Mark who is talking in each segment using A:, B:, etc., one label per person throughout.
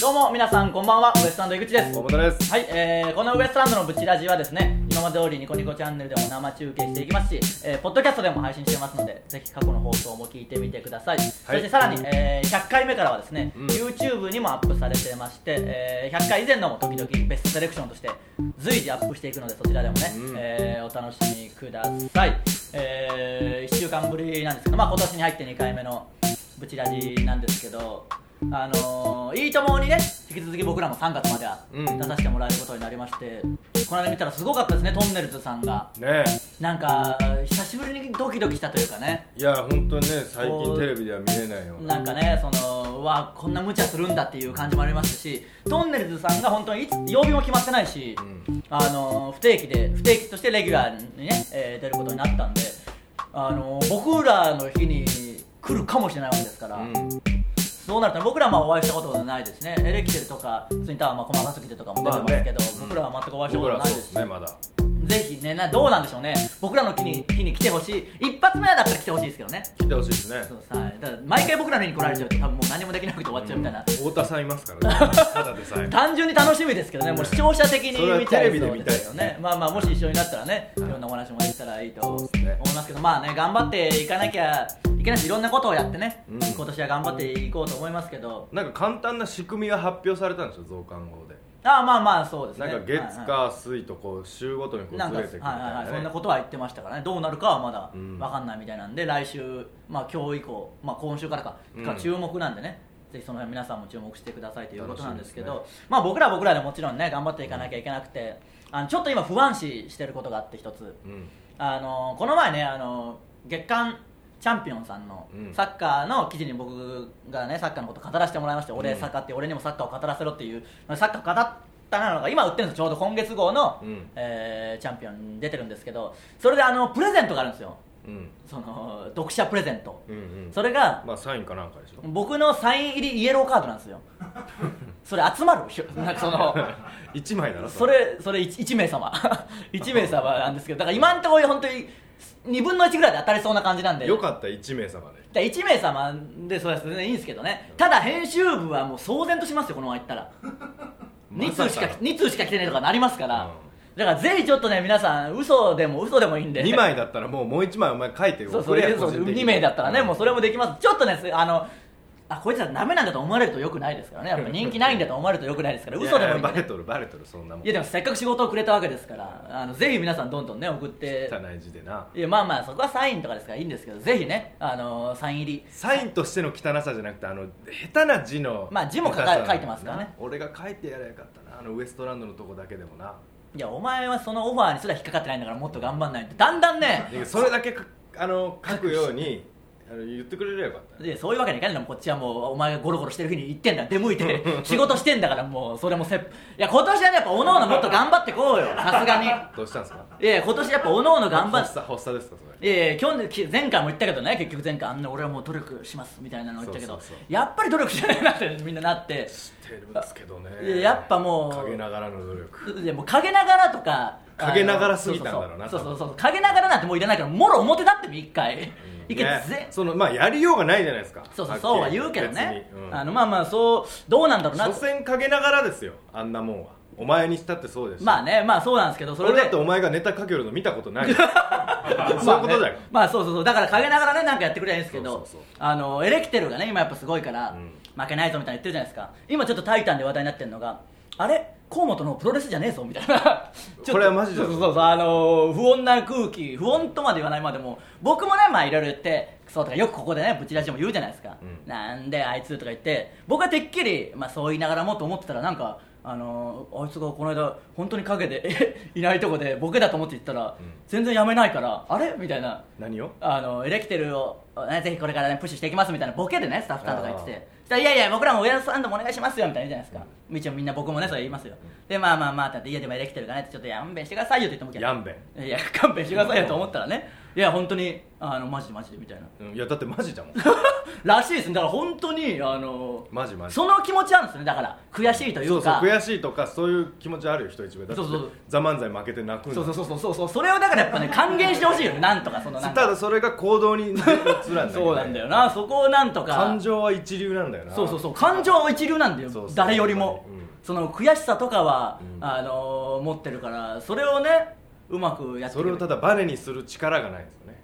A: どうも皆さんこんばんはウエストランド井口です
B: 小本です
A: はい、えー、このウエストランドのブチラジはですね今まで通りニコニコチャンネルでも生中継していきますし、えー、ポッドキャストでも配信してますのでぜひ過去の放送も聞いてみてください、そしてさらに、えー、100回目からはですね、
B: うん
A: YouTube にもアップされてまして、えー、100回以前のも時々ベストセレクションとして随時アップしていくのでそちらでもね、
B: うん
A: えーお楽しみください、え1週間ぶりなんですけど、まあ、今年に入って2回目のブチラジなんですけどあのーいいともにね引き続き僕らも3月までは
B: うん
A: 出させてもらえることになりまして、この間見たらすごかったですねトンネルズさんが
B: ね
A: なんか久しぶりにドキドキしたというかね
B: えいや本当にね最近テレビでは見れないような
A: なんかねそのうわこんな無茶するんだっていう感じもありましたしトンネルズさんが本当にいつ曜日も決まってないし、
B: うん
A: あの不定期で不定期としてレギュラーにね、えー出ることになったんであの僕らの日に来るかもしれないわけですから、
B: う
A: そうなると僕らはまあお会いしたことがないですねエレキテルとかツインタワーまあ細かすぎてとかも出てますけど、
B: まあね
A: 僕らは全くお会い
B: ん
A: したこ
B: 僕
A: と
B: ら
A: ない
B: そう
A: で
B: ですす
A: し
B: ねまだ
A: ぜひねなどうなんでしょうね僕らの日に日に来てほしい一発目はだったら来てほしいですけどね
B: 来てほしいですね
A: そうさだから毎回僕らの日に来られちゃうと多分もう何もできなくて終わっ ちゃうみたいな、
B: うん太田さんいますからねただでさえ
A: 単純に楽しみですけどね、もう視聴者的に見たい
B: それはテレビで見たいです
A: ね
B: ね、
A: まあまあ、もし一緒になったらね、いろんなお話もできたらいいと思いますけど、まあね、頑張っていかなきゃいけないし、いろんなことをやってね、
B: うん
A: 今年は頑張っていこうと思いますけど、
B: なんか簡単な仕組みが発表されたんですよ増刊号で
A: ああまあまあ、そうですね、
B: なんか月
A: はいは
B: 火水とこう週ごとにこ
A: い、
B: う
A: なん
B: ず
A: か、は
B: れ
A: い
B: ていくみたい
A: はいはい、そんな
B: なね
A: ことは言ってましたからね、どうなるかはまだ
B: うん
A: 分かんないみたいなんで、来週、まあ今日以降、まあ今週からか、
B: うん
A: が注目なんでね。ぜひその辺皆さんも注目してくださいということなんですけど、
B: 楽
A: まあ僕らは僕らでもちろんね頑張っていかなきゃいけなくて、あのちょっと今不安視してることがあって一つ、
B: うん
A: あのこの前ねあの月刊チャンピオンさんの
B: うん
A: サッカーの記事に僕がねサッカーのこと語らせてもらいまして、俺
B: うん
A: サッカーって俺にもサッカーを語らせろっていうサッカーを語ったのが今売ってるんですよちょうど今月号の、
B: うん
A: えーチャンピオンに出てるんですけどそれであのプレゼントがあるんですよ
B: うん
A: その読者プレゼント、
B: うんうん
A: それが
B: まあサインかなんかでしょ
A: 僕のサイン入りイエローカードなんですよそれ集まるひょなんかその
B: 1枚だろ
A: それそれ 1, 名様 1名様なんですけどだから今のところ本当に2分の1ぐらいで当たりそうな感じなんで
B: よかった1名様で
A: だから1名様でそうですねいいんですけどねただ編集部はもう騒然としますよこのままいったら2通しか二通しか来てないとかなりますから、だからぜひちょっとね皆さん嘘でも嘘でもいいんで
B: 2枚だったらもうもう1枚お前書いて
A: そうそ
B: 送れ
A: れ
B: や個人的に
A: 2名だったらね、もうそれもできますちょっとねすあのあこいつらダメなんだと思われるとよくないですからねやっぱ人気ないんだと思われるとよくないですから嘘でもいいんでね
B: やバレとるバレとるそんなもん
A: いやでもせっかく仕事をくれたわけですからあのぜひ皆さんどんどんね送って
B: 汚い字でない
A: やまあまあそこはサインとかですからいいんですけどぜひねあのーサイン入り
B: サインとしての汚さじゃなくてあの下手な字の
A: まあ字も書か
B: 下手さ
A: 書いてますからね
B: 俺が書いてやれよかったなあのウエストランドのとこだけでもない
A: やお前はそのオファーにすら引っかかってないんだからもっと頑張んないとだんだん ね
B: でそれだけかあの書くようにあの言ってくれればよかったね
A: でそういうわけにいかないのこっちはもうお前がゴロゴロしてる日に言ってんだ出向いて仕事してんだからもうそれもせっいや今年はねやっぱおのおのもっと頑張って こうよさすがに
B: どうしたんですか
A: いや今年やっぱおのおの頑張っ
B: 発作発作ですかそれ
A: いやいや今日き前回も言ったけどね結局前回あんな俺はもう努力しますみたいなの言ったけど
B: そうそうそう
A: やっぱり努力しないなってみんななって
B: 知ってるんですけどね
A: いややっぱもう
B: 陰ながらの努力
A: いやもう陰ながらとかあの
B: 陰ながらすぎたんだろうな
A: そうそうそうそうそう陰ながらなんてもういらないからもろ表だっても一回一回
B: ね
A: ぜ
B: そのまあやりようがないじゃないですか
A: そうそう
B: はっきり
A: そうは言うけどね
B: 別にうん
A: あのまあまあそうどうなんだろうな
B: 所詮陰ながらですよあんなもんはお前にしたってそうですし
A: まあねまあそうなんですけどそれ
B: 俺だっ
A: で
B: てお前がネタ書けるの見たこと ない そういうことだよ、
A: まあそうそうそうだから陰ながらねなんかやってくれないんですけど
B: そうそうそう
A: あのエレキテルがね今やっぱすごいから、
B: うん
A: 負けないぞみたいな言ってるじゃないですか今ちょっと「タイタン」で話題になってるのがあれ河本のプロレスじゃねえぞみたいな ちょっと
B: これはマジで
A: そうそうそうあの不穏な空気不穏とまで言わないまでも僕もねまあいろいろ言ってそうとかよくここでねブチラジも言うじゃないですか、
B: うん
A: なんであいつとか言って僕はてっきり、まあ、そう言いながらもと思ってたらなんかあのあいつがこの間本当に陰でいないとこでボケだと思って言ったら、
B: うん
A: 全然やめないからあれみたいな
B: 何を
A: あのエレキテルを、ね、ぜひこれから、ね、プッシュしていきますみたいなボケでねスタッフさんとか言って
B: あ
A: てそしたらいやいや僕らも親さんでもお願いしますよみたいな言うじゃないですか、みちもみんな僕もねそれ言いますよ、でまあまあまあってなっていやでもエレキテルがねってちょっとやんべんしてくださいよって言っても
B: やんべん
A: いや勘弁してくださいよと思ったらねいや本当にあのマジでマジでみたいな
B: うんいやだってマジ だもん
A: らしいですねだから本当にあの
B: マジマジ
A: その気持ちなんですねだから悔しいとい
B: そう
A: う
B: そう
A: か
B: 悔しいとかそういう気持ちあるよ人一倍だって
A: そうそうそう
B: 「ザ・漫才」負けて泣くんだ
A: そうそうそうそうそうそれをだからやっぱね還元してほしいよねなんとかそのなん
B: た
A: か
B: だそれが行動に移らんだ
A: そうなんだよなそこをなんとか
B: 感情は一流なんだよな
A: そうそうそう感情は一流なんだよ
B: そうそう
A: 誰よりも、
B: うん
A: その悔しさとかは、
B: うん
A: あのー持ってるからそれをねうまくやって
B: それをた
A: だ
B: だバネにする力がないんですよね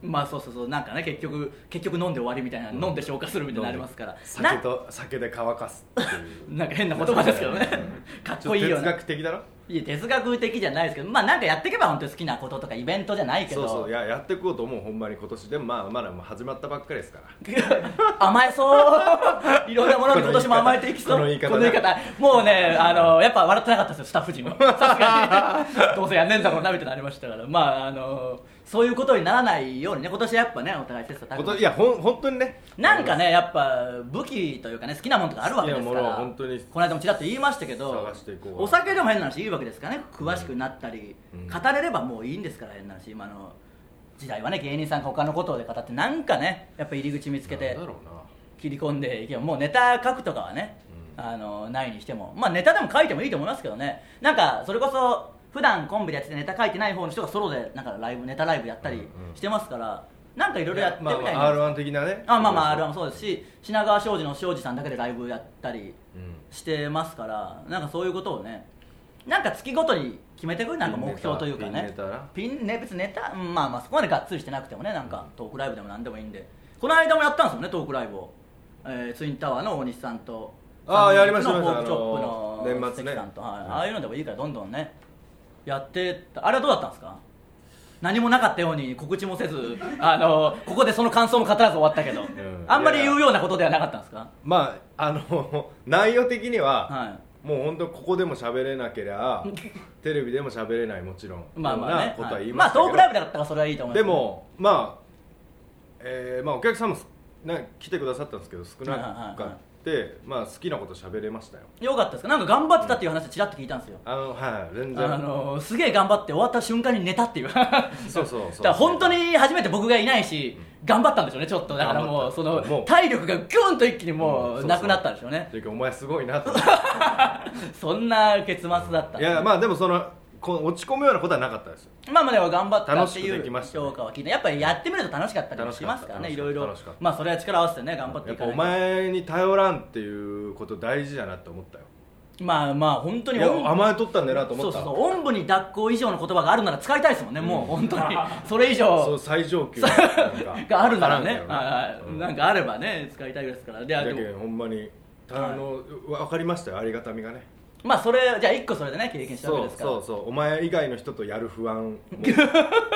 A: まあそうそうそうなんかね結局結局飲んで終わりみたいな、
B: うん
A: 飲んで消化するみたいになりますから
B: 酒と酒で乾かすってい う
A: ななんか変な言葉ですけどねかっこいいよ
B: ちょっと哲
A: ね
B: 学的だろ
A: いや哲学的じゃないですけどまあなんかやっていけば本当に好きなこととかイベントじゃないけど
B: そうそういややっていこうと思うほんまに今年でもまあまだもう始まったばっかりですから
A: 甘えそう いろんなものに今年も甘えていきそう
B: この言い方
A: この言い方もうねあのやっぱ笑ってなかったですよスタッフ 陣はさすがにどうせやんねえんだろうなみたいなのありましたからまああのそういうことにならないようにね今年やっぱねお互い切磋琢
B: 今
A: 磨
B: 年いやほん本当にね
A: なんかねやっぱ武器というかね好きなものとかあるわけですか
B: 好きなも
A: ら
B: のを本当に
A: この間もちらっと言いましたけど
B: 探していこう
A: お酒でも変な話いいわけですからね詳しくなったり、
B: うん
A: 語れればもういいんですから変な話今の時代はね芸人さんが他のことで語ってなんかねやっぱ入り口見つけて
B: なんだろうな
A: 切り込んでいけばもうネタ書くとかはね、
B: うん
A: あのないにしてもまあネタでも書いてもいいと思いますけどねなんかそれこそ普段コンビでやっててネタ書いてない方の人がソロでなんかライブネタライブやった
B: うん
A: り
B: うん
A: してますから、なんかいろいろやってみ
B: ま
A: たいな、
B: あまあ r 1的なね
A: あまあまあ r もそうですし品川庄司の庄司さんだけでライブやったり
B: うん
A: してますからなんかそういうことをねなんか月ごとに決めてくるなんか目標というかね
B: ピンネタな
A: ピンね別にネタうんまあまあそこまでがっつりしてなくてもねなんかトークライブでもなんでもいいんでこの間もやったんですよねトークライブを、えーツインタワーの大西さんと
B: あーやりました
A: フ
B: やり
A: ォー
B: ました
A: クチョップ
B: あ
A: の
B: の年末ね
A: 関さんと、はい
B: うん
A: ああいうのでもいいからどんどんねやってったあれはどうだったんですか何もなかったように告知もせ ずあのここでその感想も語らず終わったけど、
B: ん
A: あんまり言うようなことではなかったんですか
B: まああの 内容的には、
A: はい
B: もう本当ここでも喋れなけり ゃテレビでも喋れないもちろん
A: まあまあ
B: よ
A: ね
B: うなことは言い
A: ま
B: ま
A: あ
B: したけど、
A: トークライブだったらそれはいいと思います
B: でもまあ、えーまあお客さんもすな来てくださったんですけど少なかって、まあ好きなこと喋れましたよ
A: よかったですかなんか頑張ってたっていう話ちらっと聞いたんですよ、
B: あのはい全然
A: あのーすげえ頑張って終わった瞬間に寝たっていう
B: そうそうそう
A: だから本当に初めて僕がいないし頑張ったんでしょうねちょっとだからもうそ
B: 頑張ったも
A: の
B: う
A: 体力がギュンと一気にも
B: んそ
A: う
B: うそう
A: なくなったんでしょうね
B: というかお前すごい なと思っ
A: そんな結末だった
B: ていやまあでもそのこう落ち込むようなことはなかったですよ
A: まあまあでも頑張ったってい
B: 楽しくでき
A: う
B: ましたね
A: 評価は聞いてやっぱりやってみると楽しかったりもしますからねい
B: 楽
A: ろ
B: しかった
A: いろ
B: 楽しかった
A: まあそれは力合わせてね頑張って
B: や
A: い
B: っぱ
A: かな
B: お
A: いと
B: 前に頼らんっていうこと大事だなって思ったよ
A: まあまあ本当
B: い
A: に
B: や甘えとったんだよなと思
A: そう
B: った
A: そうそうおんぶに抱っこ以上の言葉があるなら使いたいですもんね、もう本当にそれ以
B: そう
A: 上
B: 最上級なんか
A: があるならね
B: わ
A: はいは
B: からん
A: い
B: けどうん
A: なんかあればね使いたいですからであ
B: だけ
A: で
B: ど
A: も
B: ほんまにあの、分かりましたよありがたみがね
A: まあそれじゃあ1個それでね経験したわけ
B: そう
A: ですから
B: そうそうお前以外の人とやる不 安も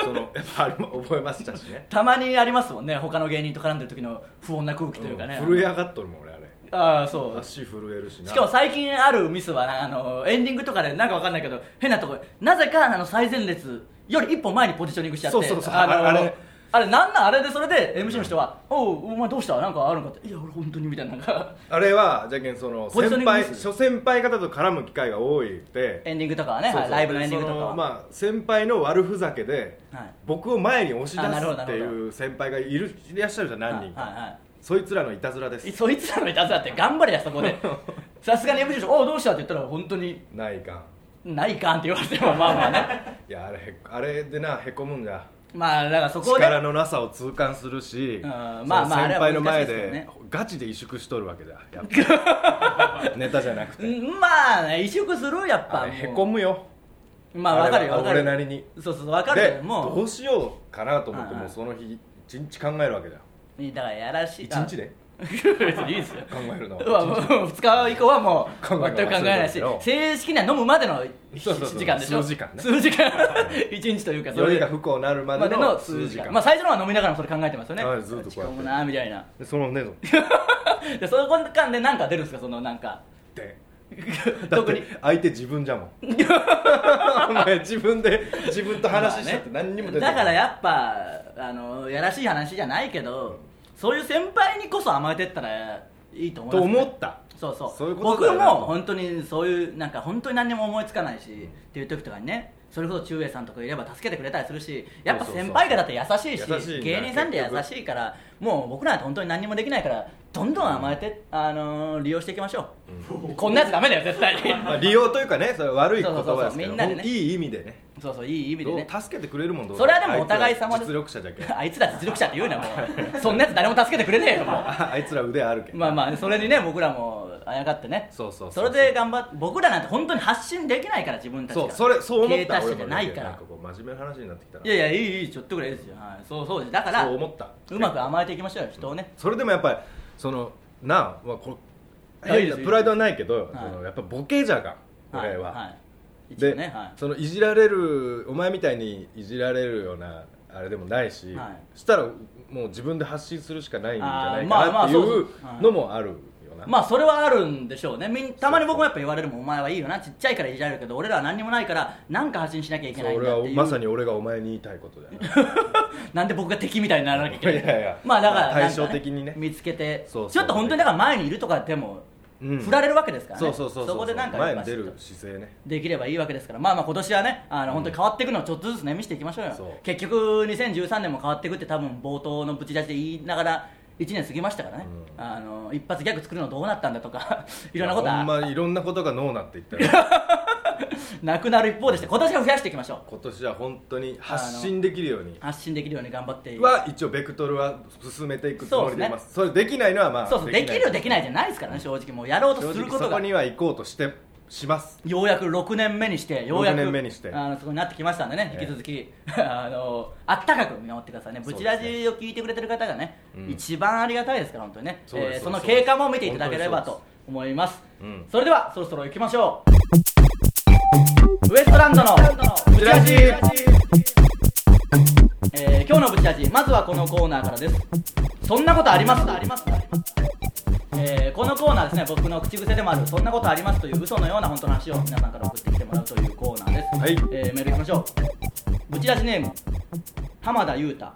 B: そのやっぱあれも覚えましたしね
A: たまにありますもんね他の芸人と絡んでる時の不穏な空 気というかね、
B: うん震え上がっとるもん俺あれ
A: ああそう
B: 足震えるしな
A: しかも最近あるミスはあのエンディングとかでなんかわかんないけど変なとこなぜかあの最前列より一歩前にポジショニングしちゃって
B: そうそうそう
A: あの
B: あれ
A: あれなんなんあれでそれで MC の人は「おうお前どうしたなんかあるのか?」って「いや俺本当に」みたいななんか
B: あれはじゃけんその
A: ポジショニン
B: 先
A: グ
B: 輩
A: ミス
B: 初先輩方と絡む機会が多いって
A: エンディングとかはね
B: そうそう
A: はいライブのエンディングとか
B: でそ
A: は、
B: のまあ先輩の悪ふざけで、
A: はい
B: 僕を前に押し出
A: あなるほど
B: す
A: な
B: って
A: るほど
B: いう先輩がいるいらっしゃるじゃん何人か、
A: はいはいはい
B: そいつらのいたずらです
A: いそいつらのいたずらって頑張れやそ こでさすがに MC の人「おうどうした?」って言ったら本当に
B: ないか
A: 「ないかん」って言われてもまあまあね
B: いやあれへあれでなへこむんだ
A: まあだからそこで
B: 力のなさを痛感する
A: ん
B: し、
A: まあ
B: その
A: まあ
B: 先輩の前で
A: あれは難しいです
B: ガチで萎縮しとるわけだや っぱネタじゃなくて
A: うんまあね萎縮するやっぱ
B: あ
A: も
B: れ
A: う
B: へこむよ
A: まあわかるよ
B: あ
A: わ
B: れ
A: か
B: は
A: る
B: 俺なりに
A: そうそうそうわかるけ
B: で
A: どもう
B: どうしようかなと思って
A: はい
B: も
A: は
B: う
A: い
B: その日一日考えるわけだよ
A: だからやらしい
B: 一日で
A: 別にいいです よ
B: 考える の
A: うわもう2日以降はもう
B: 考え
A: 全
B: ない
A: く考えないし
B: そうそう
A: 正式には飲むまでの
B: そうそうそう
A: 時間でしょ
B: 数時間ね
A: 数時間一日というかそれ
B: 夜が不幸になるま
A: ま
B: で
A: で
B: の
A: の
B: 数
A: 数
B: 時
A: 時
B: 間
A: 間まあ最初のは飲みながらもそれ考えてますよね
B: はいずっとこうやって
A: 違うなみたいな
B: でそのね
A: でそこの間で何か出るんですかそのなんか
B: でだっ
A: 特に
B: て相手自分じゃも んお前自分で自分と話しちゃって
A: まあね
B: 何にも出てこない
A: だからやっぱあのやらしい話じゃないけど、そういう先輩にこそ甘えてったらいいと思い
B: と
A: ますね
B: 思った
A: そうそう
B: そういうこと
A: 僕
B: だよな
A: も本当にそういうなんか本当に何にも思いつかないし、っていう時とかにねそれこそ中英さんとかいれば助けてくれたりするしやっぱ
B: そうそうそう
A: 先輩方って優しいし
B: 優しいんだ
A: 芸人さんって優
B: 結
A: しいからもう僕らは本当に何にもできないからどんどん甘えて、あのー利用していきましょう、こんなやつダメだよ 絶対に
B: まあ、利用というかねそれは悪い言葉
A: そうそうそう
B: ですけど
A: みんなでね
B: いい意味でね
A: そうそういい意味でね
B: どう助けてくれるもんどう
A: それはでもお互い様
B: あ
A: で
B: つら実力者じゃけん
A: あいつら実力者って言うなもうそんなやつ誰も助けてくれねえよもう
B: ああいつら腕あるけん
A: まあまあそれにね僕らもあやかってね
B: そうそう
A: そ
B: そう
A: れで頑張って僕らなんて本当に発信できないから自分たちが
B: そうそれそう思っ
A: 経営
B: た
A: 達者じ
B: 俺
A: ゃ
B: も
A: ないか
B: ん
A: ら
B: かこう真面目な話になってきたない
A: やいやいいいいちょっとぐらいですよ、はい、そうそうですだから
B: そう思った
A: うまく甘えていきましょうよ人をね、
B: それでもやっぱりそのなあ、まあ、こ
A: いやいい
B: 変
A: で
B: な
A: す
B: プライドはないけど、
A: はい
B: そのやっぱボケじゃが
A: い
B: 俺は、
A: い一
B: で、
A: 応ねは
B: そのいじられるお前みたいにいじられるようなあれでもないし、
A: はい
B: したらもう自分で発信するしかないんじゃない
A: あー
B: か
A: まあ
B: なってい
A: まあそう
B: う
A: そうはい
B: のもあるよな、
A: いまあそれはあるんでしょうねみんたまに僕もやっぱ言われるもんお前はいいよなちっちゃいからいじられるけど俺らは何にもないから何か発信しなきゃいけ
B: そ
A: ないん
B: れ
A: だっ
B: は
A: ていう
B: まさに俺がお前に言いたいことだよな
A: なんで僕が敵みたいにならなきゃいけない
B: いやいや
A: まあだから
B: まあ対照的にね
A: なんか見つけて
B: そうそう
A: ちょっと本当にだから前にいるとかでも
B: うん
A: 振られるわけですからね、
B: そうそうそう
A: こでなんか
B: 前
A: や
B: に
A: っぱ
B: 出る姿勢ね
A: できればいいわけですからまあまあ今年はねあの本当に変わっていくのをちょっとずつね見せていきましょうよ
B: そう
A: 結局2013年も変わっていくって多分冒頭のブチ出しで言いながら1年過ぎましたからね、
B: うん
A: あの一発ギャグ作るのどうなったんだとか いろんなこと
B: ほん
A: は
B: まいろんなことがノーなっ て言ったら
A: なくなる一方でして今年は増やしていきましょ
B: 今年は本当に発信できるように
A: う発信できるように頑張って
B: は一応ベクトルは進めていくつもりでいますそれできないのはまあ
A: そうそうできるできない
B: い
A: じゃないですからね正直もうやろうと
B: 正
A: する
B: 直
A: こ
B: そ
A: と
B: こ
A: が
B: には行こうとしてします
A: ようやく6年目にしてようやく
B: 6年目にして
A: あのそこになってきましたんでね
B: ええ
A: 引き続き、 あのあったかく見守ってくださいねブチラ
B: そうで
A: ジを聞いてくれてる方がね、
B: うん
A: 一番ありがたいですから本当にね
B: そうです
A: えーその
B: そうです
A: 経過も見ていただければ
B: 本当に
A: と思いますそ
B: う
A: れ
B: ん
A: ではそろそろ行きましょうウエストランドのブチラジ、えー今日のブチラジまずはこのコーナーからですそんなことありますありますえーこのコーナーですね僕の口癖でもあるそんなことありますという嘘のような本当の話を皆さんから送ってきてもらうというコーナーです、
B: はい
A: えーメールいきましょうブチラジネーム浜田裕太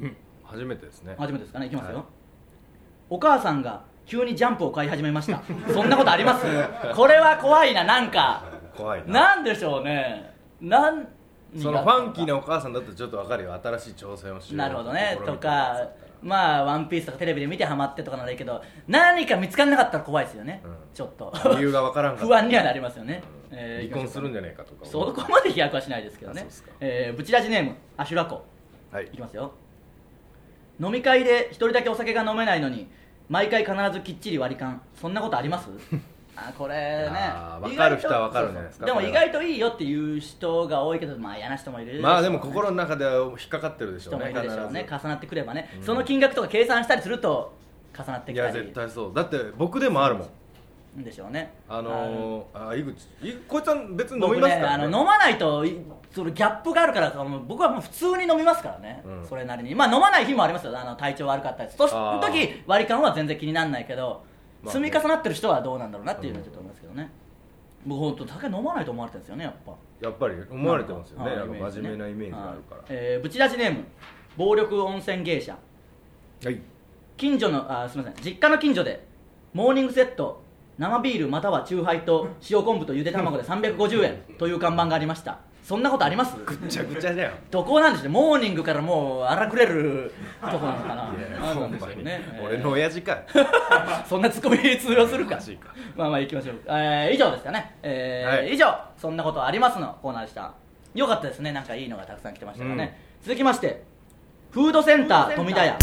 B: うん初めてですね
A: 初めてですかねいきますよ、
B: はい
A: お母さんが急にジャンプを買い始めましたそんなことありますこれは怖いななんか
B: 怖いな
A: なんでしょうねなん
B: そのファンキーなお母さんだとちょっと分かるよ新しい挑戦をしよう
A: なるほどね
B: 試みて
A: とかまあ「ワンピースとかテレビで見てハマってとかならいいけど何か見つからなかったら怖いですよね、
B: うん
A: ちょっと
B: 理由が分からんかった
A: 不安にはなりますよね、えー
B: 離婚するんじ
A: い
B: ゃないかとか
A: きましょうそこまで飛躍はしないですけど
B: あそ
A: ね
B: うっすか
A: えーブチラジネームアシュラコ
B: はい
A: いきますよ飲み会で一人だけお酒が飲めないのに毎回必ずきっちり割り勘そんなことあり ますあこれね
B: あー
A: 意
B: 分
A: 外
B: か
A: と
B: る人は分かるんじゃないですか
A: そうそう
B: こ
A: で
B: れ
A: も意
B: は
A: 外といいよっていう人が多いけどまあ嫌な人もいるしょうね
B: まあでも心の中では引っかかってるでし
A: 人
B: ょう
A: も
B: ね
A: いるでしょうね
B: 必
A: 重なってくればね、
B: うん
A: その金額とか計算したりすると重なって
B: ずい
A: きた
B: や絶
A: り
B: 対そうだって僕でもあるもん
A: んでしょうね
B: あ
A: ー
B: のー、あ井口いこいつは別に飲
A: 僕
B: み
A: ね
B: ますから、
A: あ
B: ね
A: の飲まないといそのギャップがあるからその僕はもう普通に飲みますからね、
B: うん
A: それなりにまあ飲まない日もありますよあの体調悪かったりそそ
B: あ
A: の
B: ー
A: 時割り勘は全然気にならないけど、
B: まあ
A: 積
B: ね
A: み重なってる人はどうなんだろうなっていうのはちょっと思いますけどね、僕本当酒飲まないと思われてるんですよねやっぱ
B: やっぱり思われてますよね
A: はい
B: なん
A: イメー
B: か
A: ジ
B: 真
A: ね
B: 面目なイメージがあるか
A: はいえーぶち出しネーム暴力温泉芸者
B: らはい
A: 近所のあすみません実家の近所でモーニングセット生ビールまたはチューハイと塩昆布とゆで卵で350円という看板がありましたそんなことあります
B: ぐちゃぐちゃだよ
A: どこなんでしょうねモーニングからもう荒くれるとこなのかななんなんでしょうね
B: 俺の
A: え
B: 親父か
A: ーそんなツッコミ通用するか
B: マジか
A: まあまあ行きましょう、えー以上ですかね、えー
B: はい
A: 以上「そんなことあります」のコーナーでしたよかったですねなんかいいのがたくさん来てましたからね、続きましてフードセンター富田屋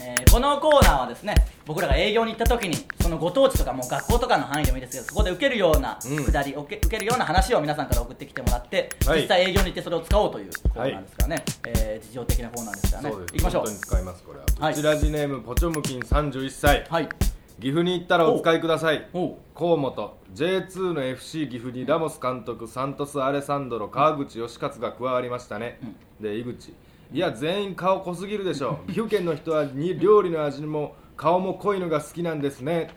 A: えーこのコーナーはですね僕らが営業に行った時にそのご当地とかもう学校とかの範囲でもいいですけどそこで受けるような
B: うん
A: くだり、受け受けるような話を皆さんから送ってきてもらって、
B: はい
A: 実際営業に行ってそれを使おうというコーナーですからね、えー日常的なコーナーですからね
B: そうです
A: 行きましょう
B: 本当に使いますこれは、
A: はいう
B: ちラジネームポチョムキン31歳
A: はい
B: 岐阜に行ったらお使いください
A: おう
B: 河本 J2 の FC 岐阜にラモス監督サントス・アレサンドロ川口義勝が加わりましたね、で井口いや全員顔濃すぎるでしょう岐阜県の人はに料理の味も顔も濃いのが好きなんですね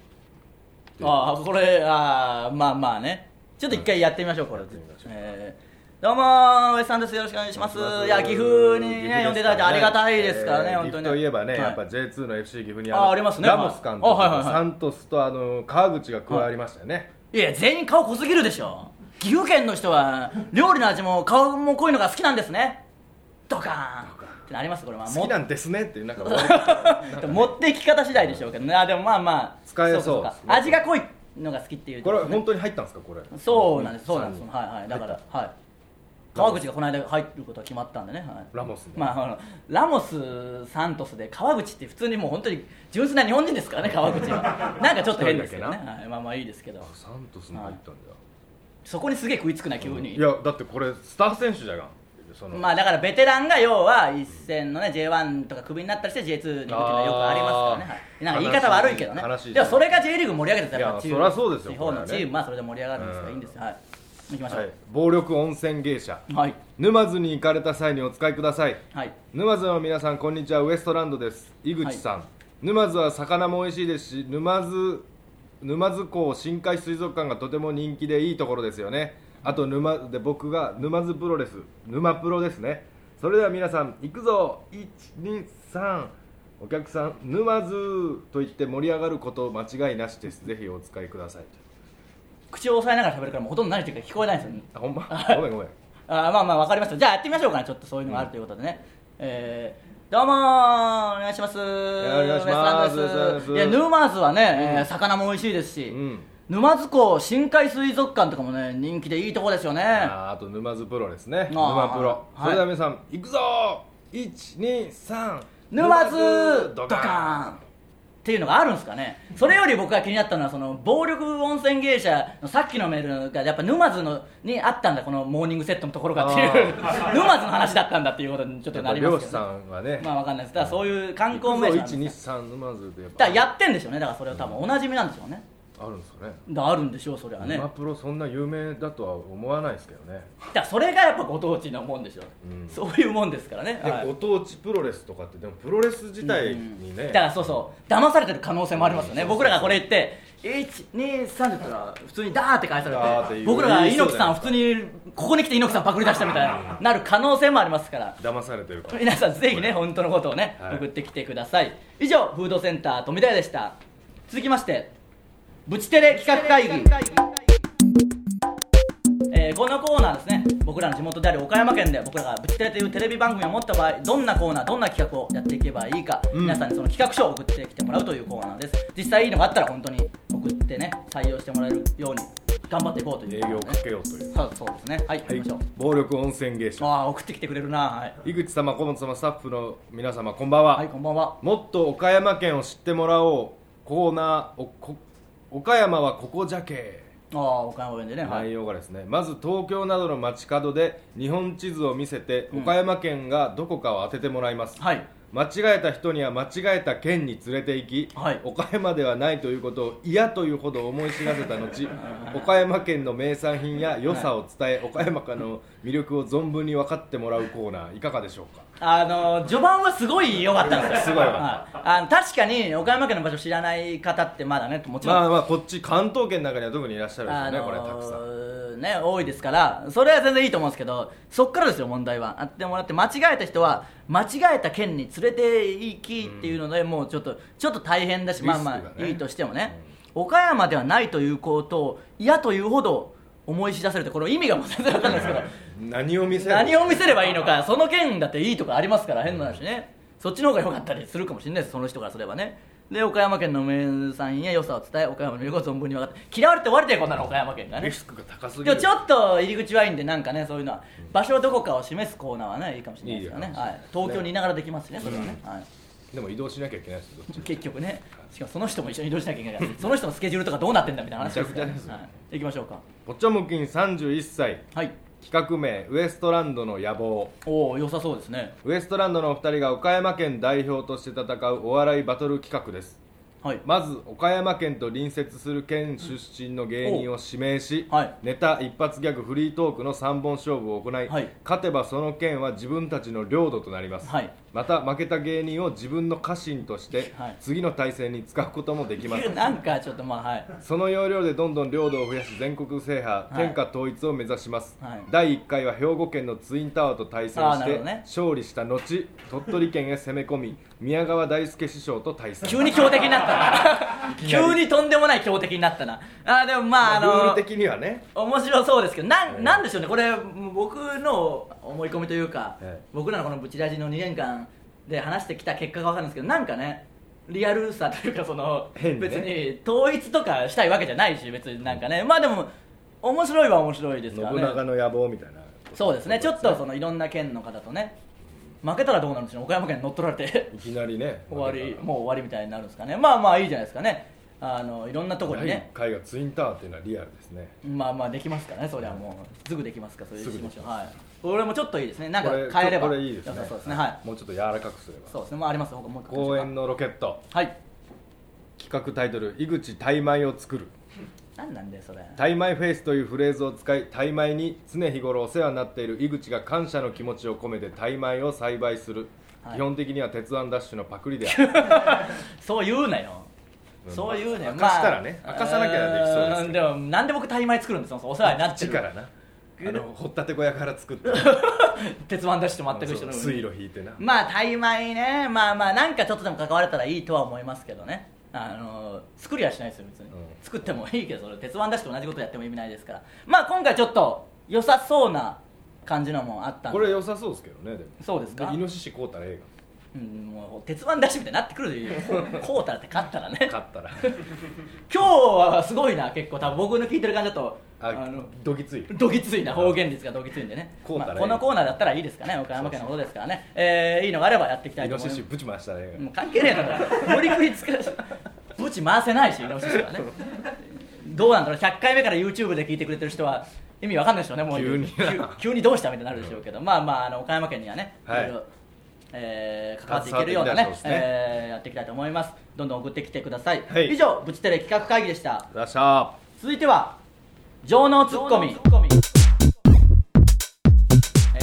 A: ああこれああまあまあねちょっと一回やってみましょうこれ、
B: てみましょう
A: えーどうもーウエスさんですよろしくお願いしますいや岐阜に
B: 岐
A: ね
B: 阜
A: 呼んでいただいてありがたいですからね、
B: えー
A: 本当に
B: 岐阜といえばね、
A: はい
B: やっぱ J2 の FC 岐阜に
A: あありますね
B: ラモス監督、
A: はいあはいはいはい
B: サントスとあの川口が加わりましたよね、
A: いや全員顔濃すぎるでしょ岐阜県の人は料理の味も顔も濃いのが好きなんですねドカーンってなりますこれは
B: 好
A: も
B: きなんですねっていうな んか悪
A: 持っていき方次第でしょうけどねあでもまあまあ
B: 使えそう
A: かか味が濃いのが好きってい
B: いうこれ本
A: ね、
B: 当に入ったんですかこれ
A: そうなんですそうなんです
B: 三人
A: はいはいだから
B: 入っ
A: はい川口がこの間入ることは決まったんでね、はい、
B: たラモスね、
A: まあ、あのラモス、サントスで川口って普通にもう本当に純粋な日本人ですからね、川 口は。なんかちょっと変ですよね、
B: 一人だ
A: はい、まあまあいいですけど
B: あ、サントスも入ったんだよ、
A: そこにすげえ食いつくな、急に。
B: いやだってこれスター選手じゃがんその
A: まあだからベテランが要は一戦のね J1 とかクビになったりして J2 に行くっていうのはよくありますからねはい、なんか言い方悪いけどね
B: 悲しい
A: でもそれが J リーグ盛り上げてたらやっぱ
B: いやそりゃそうですよ
A: 地方
B: これ
A: の
B: は
A: チ
B: ね
A: ームはそれで盛り上がるんですから、
B: うん
A: いいんですよはい行きましょ
B: はいう暴力温泉芸者
A: はい
B: 沼津に行かれた際にお使いください
A: はい
B: 沼津の皆さんこんにちはウエストランドです井口さん、沼津は魚も美味しいですし沼津沼津港深海水族館がとても人気でいいところですよねあと沼で僕が沼津プロレス沼プロですねそれでは皆さん行くぞ123お客さん沼津と言って盛り上がること間違いなしですぜひお使いください
A: 口を押さえながら喋るからもうほとんど何言ってるか聞こえないんですよ
B: あほんまごめんごめん
A: あーまあまあわかりましたじゃあやってみましょうかねちょっとそういうのがあるということでね、えーどうもーお願いします
B: お願いします
A: ウエストランドですい
B: ウエストラ
A: や
B: ンドです
A: 沼津はね、えー魚も美味しいですし、
B: うん
A: 沼津港深海水族館とかもね人気でいいとこですよね
B: あーあと沼津プロですね
A: ー
B: 沼プロ
A: はい
B: それでは皆さん、行くぞ123
A: 沼津ドカーンっていうのがあるんですかねそれより僕が気になったのはその暴力温泉芸者のさっきのメールがやっぱ沼津のにあったんだこのモーニングセットのところがっていう 沼津の話だったんだっていうことにちょっとなりま
B: 漁
A: す
B: 師
A: けどね、
B: さんはね、
A: まあわかんないですだからそういう観光名所なんですね
B: 123沼津でや
A: だ
B: っぱ
A: からやってんでしょうねだからそれは多分おなじみなんでしょうね
B: あるんですかね
A: だからあるんでしょうそれはねだ
B: 沼
A: か
B: プロそんな有名だとは思わないですけどね、
A: らそれがやっぱご当地のもんでしょう、
B: うん
A: そういうもんですからね、
B: で
A: はい
B: ご当地プロレスとかってでもプロレス自体にね、
A: だからそうそう騙されてる可能性もありますよね、
B: うん
A: 僕らがこれ言って123って言ったら普通にダーって返さ
B: ダー
A: れ
B: って
A: て
B: 言う
A: 僕らが
B: 言いそう
A: 猪
B: じ
A: 木
B: ゃ
A: さん
B: な
A: を
B: いで
A: 普
B: すか
A: 通にここに来て猪木さんパクり出したみたいななる可能性もありますから
B: 騙されてるから
A: 皆さんぜひね本当のことをね、
B: はい
A: 送ってきてください以上フードセンター富田屋でした続きましてブチテレ企画会議えーこのコーナーですね僕らの地元である岡山県で僕らがブチテレというテレビ番組を持った場合どんなコーナーどんな企画をやっていけばいいか、
B: うん
A: 皆さんにその企画書を送ってきてもらうというコーナーです実際いいのがあったら本当に送ってね採用してもらえるように頑張っていこうとい
B: 営
A: う、
B: 業かけようという、
A: そうそうですねはい行
B: は
A: き
B: い
A: ましょう、、
B: 暴力温泉芸者
A: ああ送ってきてくれるなはい、
B: 井口様小本様スタッフの皆様こんばんは、
A: はい、こんばんは
B: もっと岡山県を知ってもらおうコーナーおこ岡山はここじゃけ
A: ああ岡山弁でねはい
B: 内容がですねまず東京などの街角で日本地図を見せて
A: うん
B: 岡山県がどこかを当ててもらいます、
A: はい
B: 間違えた人には間違えた県に連れて行き、
A: はい
B: 岡山ではないということを嫌というほど思い知らせ た後岡山県の名産品や良さを伝え、岡山からの魅力を存分に分かってもらうコーナーいかがでしょうか
A: あの序盤はすごい良かったんですよ
B: すごい良か
A: はい、あの確かに岡山県の場所知らない方ってまだねもちろん、
B: まあまあこっち関東圏の中には特にいらっしゃるんですよ
A: あ
B: ね、
A: の
B: これたくさん
A: ーね多いですからそれは全然いいと思うんですけどそっからですよ問題はあってもらって間違えた人は間違えた県に連れて行きっていうので、もうちょっとちょっと大変だし、
B: リスク
A: まあ
B: がね
A: まあいいとしてもね、岡山ではないということを嫌というほど思い知らせるってこの意味がもう全然わかんないですけど
B: 何を見せ る
A: 何を見せればいいのかその件だっていいとかありますから変な話ね、そっちの方が良かったりするかもしれないですその人からすればねで岡山県の名産や良さを伝え岡山の魅力を存分に分かって嫌われて終わりだよこんなの岡山県が
B: リ
A: ね
B: スクが高すぎ
A: で
B: る
A: もちょっと入り口はいいんでなんかねそういうのは場所はどこかを示すコーナーはねいいかもしれないですから
B: い
A: ね
B: いか
A: は
B: もしれない
A: い、東京にいながらできますしねそれはね、はい
B: でも移動しなきゃいけないですよどっちも
A: 結局ねしかもその人も一緒に移動しなきゃいけないか らその人のスケジュールとかどうなってんだみたいな話ですから、
B: め
A: ね
B: ちゃくちゃですよ
A: はい、行きましょうか
B: ポチョムキン31歳
A: はい
B: 企画名ウエストランドの野望
A: おお良さそうですね
B: ウエストランドのお二人が岡山県代表として戦うお笑いバトル企画です
A: はい
B: まず岡山県と隣接する県出身の芸人を指名し、
A: おはい
B: ネタ一発ギャグフリートークの3本勝負を行い、
A: はい
B: 勝てばその県は自分たちの領土となります、
A: はい
B: また負けた芸人を自分の家臣として
A: はい
B: 次の対戦に使うこともできます
A: なんかちょっとまあはい
B: その要領でどんどん領土を増やし全国制覇、
A: はい
B: 天下統一を目指します、
A: はい
B: 第1回は兵庫県のツインタワーと対戦
A: あー
B: し
A: な
B: て
A: る、ほどね
B: 勝利した後鳥取県へ攻め込み宮川大輔師匠と対 戦
A: 急に強敵になったな
B: いきなり
A: 急にとんでもない強敵になったなあーでもまああ
B: ルー
A: の
B: ル的にはね
A: 面白そうですけどなん,、
B: ええ
A: なんでしょうねこれ僕の思い込みというか、
B: ええ
A: 僕らのこのブチラジの2年間で話してきた結果が分かるんですけどなんかねリアルさというかその、
B: 変ね
A: 別に統一とかしたいわけじゃないし別になんかねまあでも面白いは面白いです
B: 信
A: からね
B: 長の野望みたいな
A: そうですねちょっとそのいろんな県の方とね負けたらどうなるんでしょうね岡山県に乗っ取られて
B: いきなりね
A: 終わり
B: 負けたら
A: もう終わりみたいになるんですかねまあまあいいじゃないですかねあのいろんなところに
B: 第1
A: ね
B: 回がツインタワーっていうのはリアルですね
A: まあまあできますからねそれはもうすぐできますからそれ
B: すぐ
A: し
B: で
A: ま
B: き
A: しょう
B: ま
A: はい俺もちょっといいですねなんか
B: これ
A: 変えれば
B: これいいですね
A: 良さそうですねはい
B: もうちょっと柔らかくすれば
A: そうですねもうあります他もう一個
B: 公演のロケット
A: はい
B: 企画タイトル「井口大米を作る」
A: 何なんだよそれ
B: タイマイフェイスというフレーズを使いタイマイに常日頃お世話になっている井口が感謝の気持ちを込めてタイマイを栽培する、
A: はい
B: 基本的には鉄腕ダッシュのパクリである
A: そう言うなよ
B: うん
A: そう言うね
B: 明かしたらね明かさなきゃできそうです
A: ーん
B: け
A: で
B: ど
A: もなんで僕タイ米作るんですかお世話になって
B: 土
A: る
B: からなあの掘ったて小屋から作った
A: 鉄腕出して全く一緒の
B: 水路引いてな
A: まあ大米ねまあまあなんかちょっとでも関われたらいいとは思いますけどねあの作りはしないですよ別に、
B: ん
A: 作ってもいいけどそれ鉄腕出して同じことやっても意味ないですからまあ今回ちょっと良さそうな感じのもあったんで
B: これ良さそうですけどねでも
A: そうですか
B: イノシシ買うたらえ
A: うん、もう鉄腕出しみたいになってくるで こうたらって勝ったら
B: え
A: ね
B: が買ったら
A: 今日はすごいな結構多分僕の聞いてる感じだと
B: あどぎつい
A: どぎついな方言率がどぎついんでね
B: こうたらいい
A: まあこのコーナーだったらいいですかね岡山県のことですからねえーいいのがあればやっていきたい
B: イ
A: と
B: ノ
A: 思い
B: シ
A: ます
B: シぶち回したらええ
A: もう関係ねえだろ無理くり使うしブチ回せないしイノシシはねどうなんだろう100回目から YouTube で聞いてくれてる人は意味わかんないでしょうねもう
B: 急に
A: 急急にどうしたみたいになるでしょうけど、まあまああの岡山県にはね、
B: はい
A: ろろえー関わっていけるようなね
B: 携わっていきたいですね
A: えーやっていきたいと思いますどんどん送ってきてください、
B: はい
A: 以上ブチテレ企画会議でした
B: よっしゃ
A: 続いては情能ツッコミ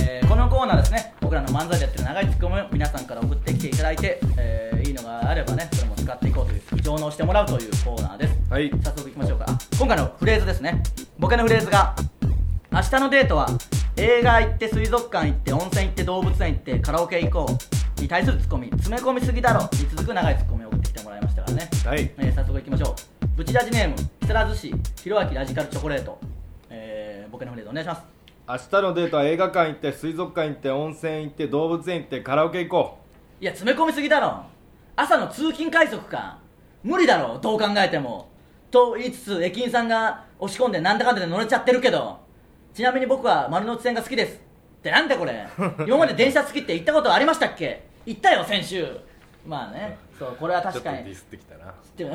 A: えーこのコーナーですね僕らの漫才でやってる長いツッコミを皆さんから送ってきていただいて、えーいいのがあればねそれも使っていこうという情能してもらうというコーナーです
B: ーはい
A: 早速いきましょうかあ今回のフレーズですねボケのフレーズが「明日のデートは映画行って水族館行って温泉行って動物園行ってカラオケ行こう」に対するツッコミ「詰め込みすぎだろ」に続く長いツッコミを送ってきてもらいましたからね
B: はい
A: えー早速いきましょうブチラジネーム木更津市ひろあきラジカルチョコレート、えー、ボケのフレーズお願いします
B: 明日のデートは映画館行って水族館行って温泉行って動物園行ってカラオケ行こ
A: いや詰め込みすぎだろ朝の通勤快速か無理だろどう考えてもと言いつつ駅員さんが押し込んでなんだかんだで乗れちゃってるけどちなみに僕は丸の内線が好きですってなんだこ れ今まで電車好きって行ったことありましたっけ行ったよ先週まあねそうこれは
B: う
A: 確か
B: ちょっとデ
A: に
B: ィスってきたな
A: っていう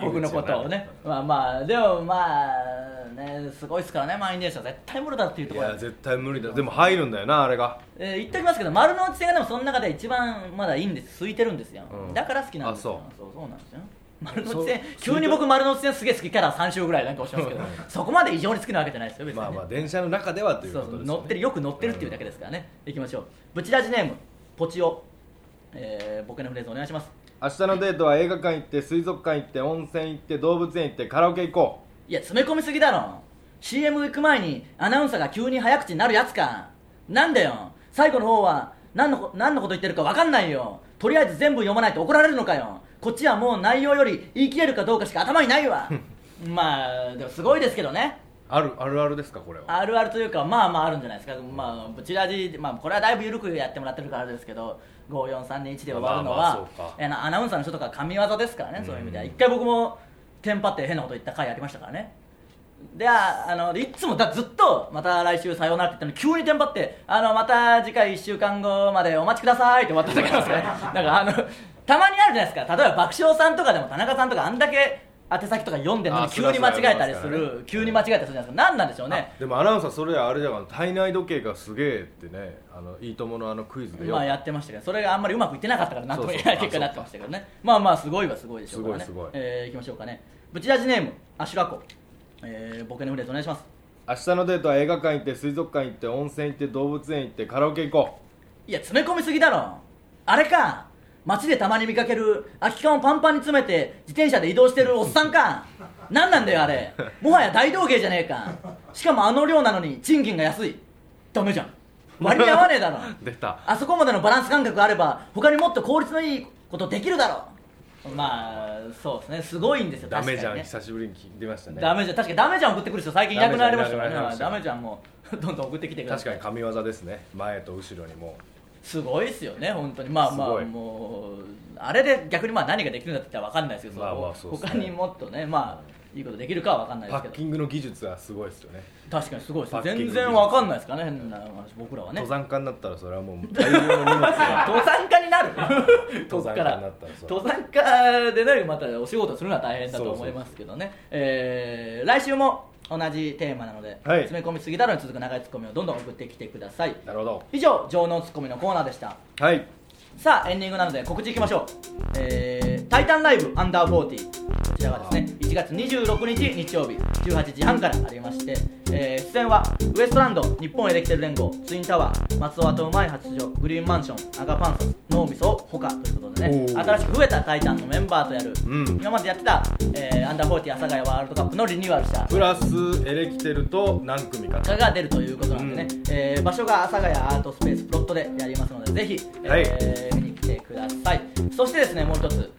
A: 僕のことをねまあまあでもまあねすごいですからね満員電車絶対無理だっていうと
B: い
A: ころ
B: や絶対無理だでも入るんだよなあれが
A: えー言っときますけど丸の内線がでもその中で一番まだいいんです空いてるんですよ、
B: うん
A: だから好きなんですよ
B: あ
A: そうそうなんですよ丸の内線
B: そう
A: 急に僕丸の内線すげえ好きキャラ3週ぐらいなんかおっしゃいますけどそこまで異常に好きなわけじゃないですよ別に、ね
B: まあまあ電車の中ではという
A: そ
B: こ
A: う
B: と
A: そ
B: です
A: う
B: ね
A: 乗ってるよく乗ってるっていうだけですからね、いきましょうブチラジネームポチオ、えー、ボケのフレーズお願いします
B: 明日のデートは映画館行って水族館行って温泉行って動物園行ってカラオケ行こ
A: いや詰め込みすぎだろ CM 行く前にアナウンサーが急に早口になるやつかなんだよ最後の方は何のこ何のこと言ってるか分かんないよとりあえず全部読まないと怒られるのかよこっちはもう内容より言い切れるかどうかしか頭にないわまあでもすごいですけどね
B: うあるあるあるですかこれは
A: あるあるというかまあまああるんじゃないですかまあブチラジ、まあ、これはだいぶ緩くやってもらってるからあれですけど54321で終わるの
B: まあま
A: は
B: あそうか
A: えなアナウンサーの人とか神業ですからねそういう意味では
B: うん
A: 一回僕もテンパって変なこと言った回ありましたからねでああのでいつもだずっとまた来週さようならって言ったのに急にテンパってあのまた次回1週間後までお待ちくださいって終わった時あり ますねなんかあのたまにあるじゃないですか例えば爆笑さんとかでも田中さんとかあんだけ宛先とか読んでるの
B: あ
A: に
B: そ
A: 急
B: れは
A: に間違えたりす
B: それはありますから
A: る
B: ね
A: 急に間違えたりするじゃないですか何なんでしょうね
B: あでもアナウンサーそれあれだから体内時計がすげえってねあのいいとものあのクイズでよ
A: まあや
B: く
A: ってましたけどそれがあんまりうまくいってなかったからなんとも言えない
B: そう
A: 結
B: そ
A: 果に
B: う
A: なってましたけどねまあまあすごいはすごいでしょうからね
B: すごいすごい
A: えーいきましょうかねブチラジネームアシュラコ、えー、ボケのフレーズお願いします
B: 明日のデートは映画館行って水族館行って温泉行って動物園行ってカラオケ行こ
A: いや詰め込みすぎだろあれか街でたまに見かける空き缶をパンパンに詰めて自転車で移動してるおっさんか何なんだよあれもはや大道芸じゃねえかしかもあの量なのに賃金が安いダメじゃん割に合わねえだろ
B: 出た
A: あそこまでのバランス感覚があれば他にもっと効率のいいことできるだろうまあそうですねすごいんですよ
B: ダメじゃん、
A: 確かにね
B: 久しぶりに聞いてましたね
A: ダメじゃん確かにダメじゃん送ってくる人最近いなくなりましたから
B: ダメじゃんいなくなりま
A: ね
B: した
A: ダメじゃんもう どんどん送ってきてくだ
B: 確
A: さ
B: か
A: い
B: に神業ですね前と後ろにも
A: すごいですよね本当にまあますあ
B: ごい
A: もうあれで逆にまあ何ができるんだって言ったら分かんないですけど、
B: まあまあそうですね
A: 他にもっとねまあいいことできるかは分かんな
B: う
A: いです
B: パ
A: け
B: ッ
A: ど
B: キングの技術がすごいですよね
A: 確かにすごいです
B: パッキング
A: 全然分かんないですからね変な話僕らはね
B: 登山家になったらそれはもう大量の荷 物が
A: 登山家になる
B: 登山家になったらそう
A: 登山家でねまたお仕事するのは大変だと思いますけどねえー来週も同じテーマなので、
B: はい
A: 詰め込みすぎだろに続く長いツッコミをどんどん送ってきてください
B: なるほど
A: 以上情能ツッコミのコーナーでした
B: はい
A: さあエンディングなので告知いきましょう「えータイタンライブアンダー4 0こちらがですね1月26日日曜日18時半からありまして、えー出演はウエストランド日本エレキテル連合ツインタワー松尾とうまい発情グリーンマンションアガパンサス脳みそほかということでね
B: おー
A: 新しく増えたタイタンのメンバーとやる、
B: うん
A: 今までやってた、えーアンダー4 0阿佐ヶ谷ワールドカップのリニューアルした
B: プラスエレキテルと何組か
A: が出るということなんでね、
B: うん
A: えー場所が阿佐ヶ谷アートスペースプロットでやりますのでぜひ、えー
B: はい
A: 見に来てくださいそしてですねもう一つ、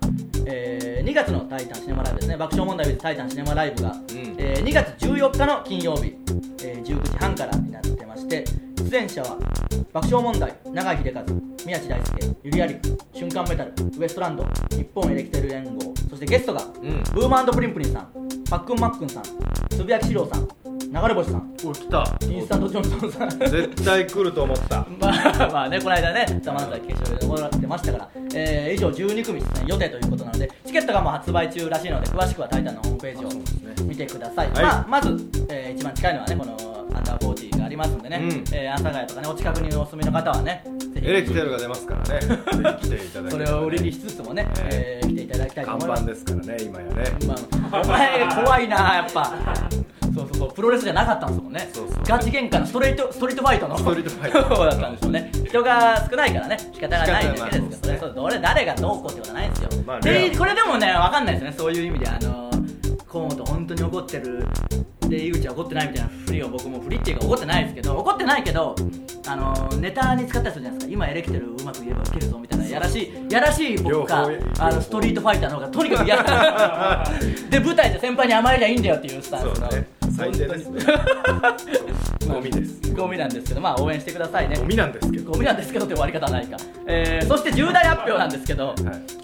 A: えー2月の「タイタンシネマライブ」ですね爆笑問題 with タイタンシネマライブが、えー2月14日の金曜日、えー19時半からになってまして出演者は爆笑問題永井秀和宮地大輔ゆりやりく瞬間メタルウエストランド日本エレキテル連合そしてゲストが、
B: うん
A: ブーマンプリンプリンさんパックンマックンさんつぶやきしろうさん流れ星さん
B: お来た
A: インスタントジョンソンさ ん
B: 絶対来ると思った
A: まあまあねこの間ね「ザ・漫才決勝でもらってましたから、えー以上12組出演予定ということなのでチケットがもう発売中らしいので詳しくは「タイタン」のホームページ
B: あそうですね
A: を見てください、
B: はい
A: まあ、まず、えー一番近いのはねこのアンダー40がありますんでね、
B: うん
A: えー阿佐ヶ谷とかねお近くにお住みの方はねぜひ
B: エレキテルが出ますからねぜひ来ていただきたい
A: それを売りにしつつもね、え
B: え
A: ー来ていただきたいと
B: 看
A: 思いま
B: 板
A: す
B: ですからね今やね
A: まあ、お前怖いなやっぱそうそうそうプロレスじゃなかったんですもんね
B: そうそう
A: ガチ喧嘩のストレートストリートファイトの
B: ストリートファイト
A: そうだったんでしょうね人が少ないからね仕方がないだけですけど
B: 仕方ない
A: ねそうどれ誰がどうこうってことはないんですよ、
B: まあ
A: で
B: ね
A: これでもね分かんないですねそういう意味であの河本本当に怒ってるで井口は怒ってないみたいなふりを僕もふりっていうか怒ってないですけど怒ってないけどあのネタに使ったりするじゃないですか今エレキテルうまく言えばウケるぞみたいなやらしいやらしい僕か
B: 両方
A: あのストリートファイターの方がとにかく嫌 だで舞台で先輩に甘えりゃいいんだよっていうスタンス
B: そう
A: の、
B: ね最低ですねゴミです
A: ゴミなんですけどまあ応援してくださいね
B: ゴミなんですけど
A: ゴミなんですけどって終わり方はないか、えーそして重大発表なんですけど、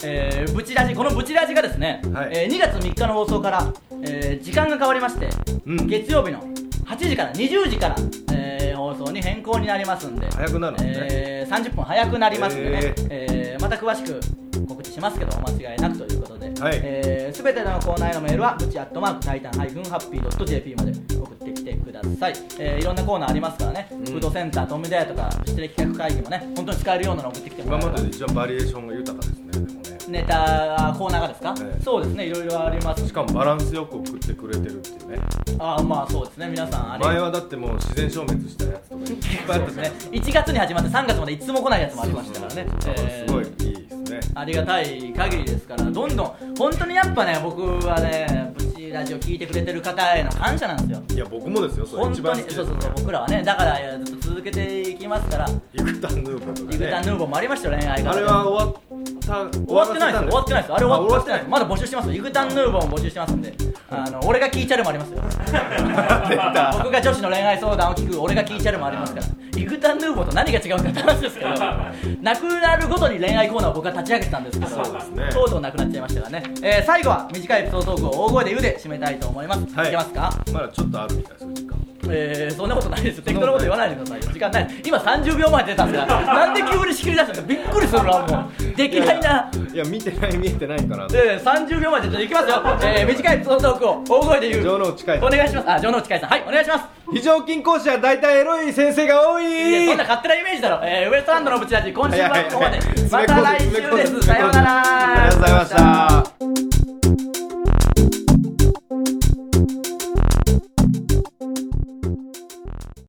A: えーブチラジこのブチラジがですね、
B: はい
A: えー2月3日の放送から、えー時間が変わりまして、
B: うん
A: 月曜日の8時から20時から、えー放送に変更になりますんで
B: 早くなるのね
A: えー30分早くなりますんでね、
B: へー
A: えーまた詳しく告知しますけどお間違いなくということで、
B: はい
A: えー、全てのコーナーへのメールはブチアットマークタイタンハイフンハッピードット JP まで送ってきてください、えーいろんなコーナーありますからね、
B: ん
A: フードセンタートムデアとかフジテレ企画会議もね本当に使えるようなの送ってきても
B: 今
A: らえ
B: ま
A: ば
B: でで一番バリエーションが豊かですねでもね
A: ネタあコーナーがですか、
B: ええ
A: そうですねいろいろあります
B: しかもバランスよく送ってくれてるっていうね
A: あーまあそうですね皆さんあり
B: 前はだってもう自然消滅したやつとかいっぱいあった
A: そうで
B: じゃない
A: すね1月に始まって3月までいつも来ないやつもありましたからねえー
B: すごいいいですね
A: ありがたい限りですからどんどん本当にやっぱね僕はねブチラジオ聞いてくれてる方への感謝なんですよ
B: いや僕もですよそれ
A: 本
B: 一
A: 当
B: 番
A: に
B: 好きです
A: そうそうそう僕らはねだからいやずっと続けていきますから
B: イグタヌーボーとか
A: イグタ
B: ね
A: ヌーボーもありましたよ恋愛が
B: あれは終わった
A: 終わってないですよ終わってないですあれ終わってないです
B: 終
A: ま
B: わ
A: だ募集してますよイグタンヌーボーも募集してますんであの俺が聞いちゃるもありますよ
B: た
A: 僕が女子の恋愛相談を聞く俺が聞いちゃるもありますからイグタンヌーボーと何が違うかって話 ですけどなくなるごとに恋愛コーナーを僕は立ち上げてたんですけど
B: そうですね
A: とうとうなくなっちゃいましたからね、えー最後は短いエピソードトークを大声で「う」で締めたいと思います、
B: はい
A: いけますか
B: まだちょっとあるみたいですよ時間
A: えー、そんなことないですよ適当なこと言わないでくださいよ時間ない今30秒前出たんです からなんで急に仕切り出したんですかびっくりするなもうできないない
B: や見てない見えてないから
A: で30秒までちょっといきますよ、えー、短いエピソードトークを大声で言う
B: 城之内海さん
A: お願いしますあ城之内海さんはいお願いします
B: 非常勤講師は大体エロい先生が多
A: いや
B: い
A: そんな勝手なイメージだろ、 えー、ウエストランドのブチラジ今週はここまで
B: はいはいはい
A: また来週ですさようなら
B: ありがとうございました